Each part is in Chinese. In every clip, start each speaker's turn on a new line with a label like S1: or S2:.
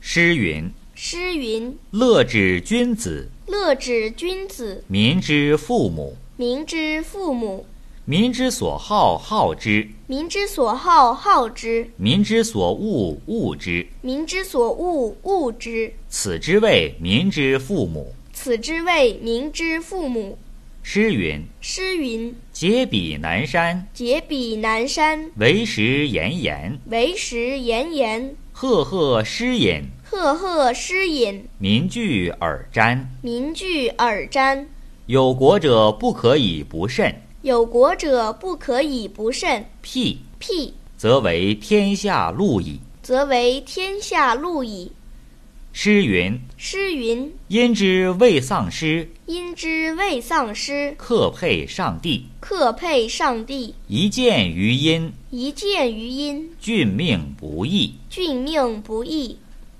S1: 诗云
S2: 诗云：“
S1: 乐之君子，：“
S2: 乐之君子，
S1: 民之父母。
S2: 民之父母。
S1: 民之所好，好之；
S2: 民之所好，好之；
S1: 民之所恶，恶之。
S2: 民之所恶，恶之。
S1: 此之谓民之父母。”
S2: 此之谓民之父母。
S1: 诗云”
S2: 诗云：“
S1: 解彼南山：“，
S2: 解彼南山，
S1: 为时岩岩。
S2: 为时岩岩。
S1: 赫赫诗饮，
S2: 赫赫诗饮，
S1: 民聚而瞻。
S2: 民聚而瞻。
S1: 有国者不可以不慎。
S2: 有国者不可以不慎。
S1: 辟
S2: 辟，
S1: 则为天下路矣。
S2: 则为天下路矣。”
S1: 诗云
S2: 诗云：“
S1: 因之未丧失，：“
S2: 因之未丧失，
S1: 克配上帝。
S2: 克配上帝。
S1: 一见于阴，
S2: 一见于阴，
S1: 俊命不易。
S2: 俊命不易，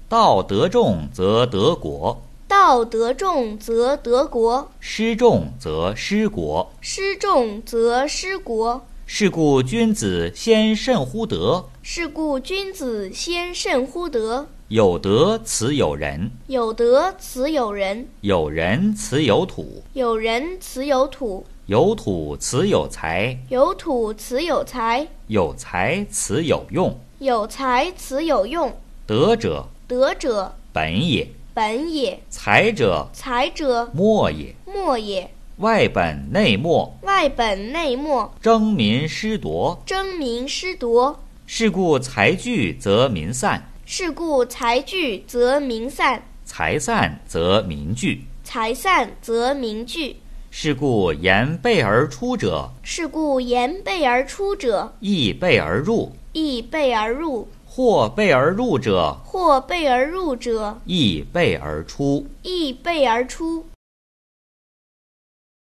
S1: 道得众则得国，
S2: 道得众则得国，
S1: 失众则失国。
S2: 失众则失国。
S1: 是故君子先慎乎德，
S2: 是故君子先慎乎德。
S1: 有德此有人，
S2: 有德此有人，
S1: 有人此有土，
S2: 有人此有土，
S1: 有土此有财，
S2: 有土此有财，
S1: 有财此有用。
S2: 有财此有用。
S1: 德者
S2: 德者
S1: 本也，
S2: 本也，
S1: 财者
S2: 财者
S1: 末也。
S2: 末也。
S1: 外本内末，
S2: 外本内末，
S1: 争民失夺。
S2: 争名失夺。
S1: 是故财聚则民散，
S2: 是故财聚则民散，
S1: 财散则民聚。
S2: 财散则民聚。
S1: 是故言备而出者，
S2: 是故言备而出者，
S1: 亦备而入；
S2: 亦备而入；
S1: 或备而入者，
S2: 或备而入者，
S1: 亦备而出。
S2: 亦备而出。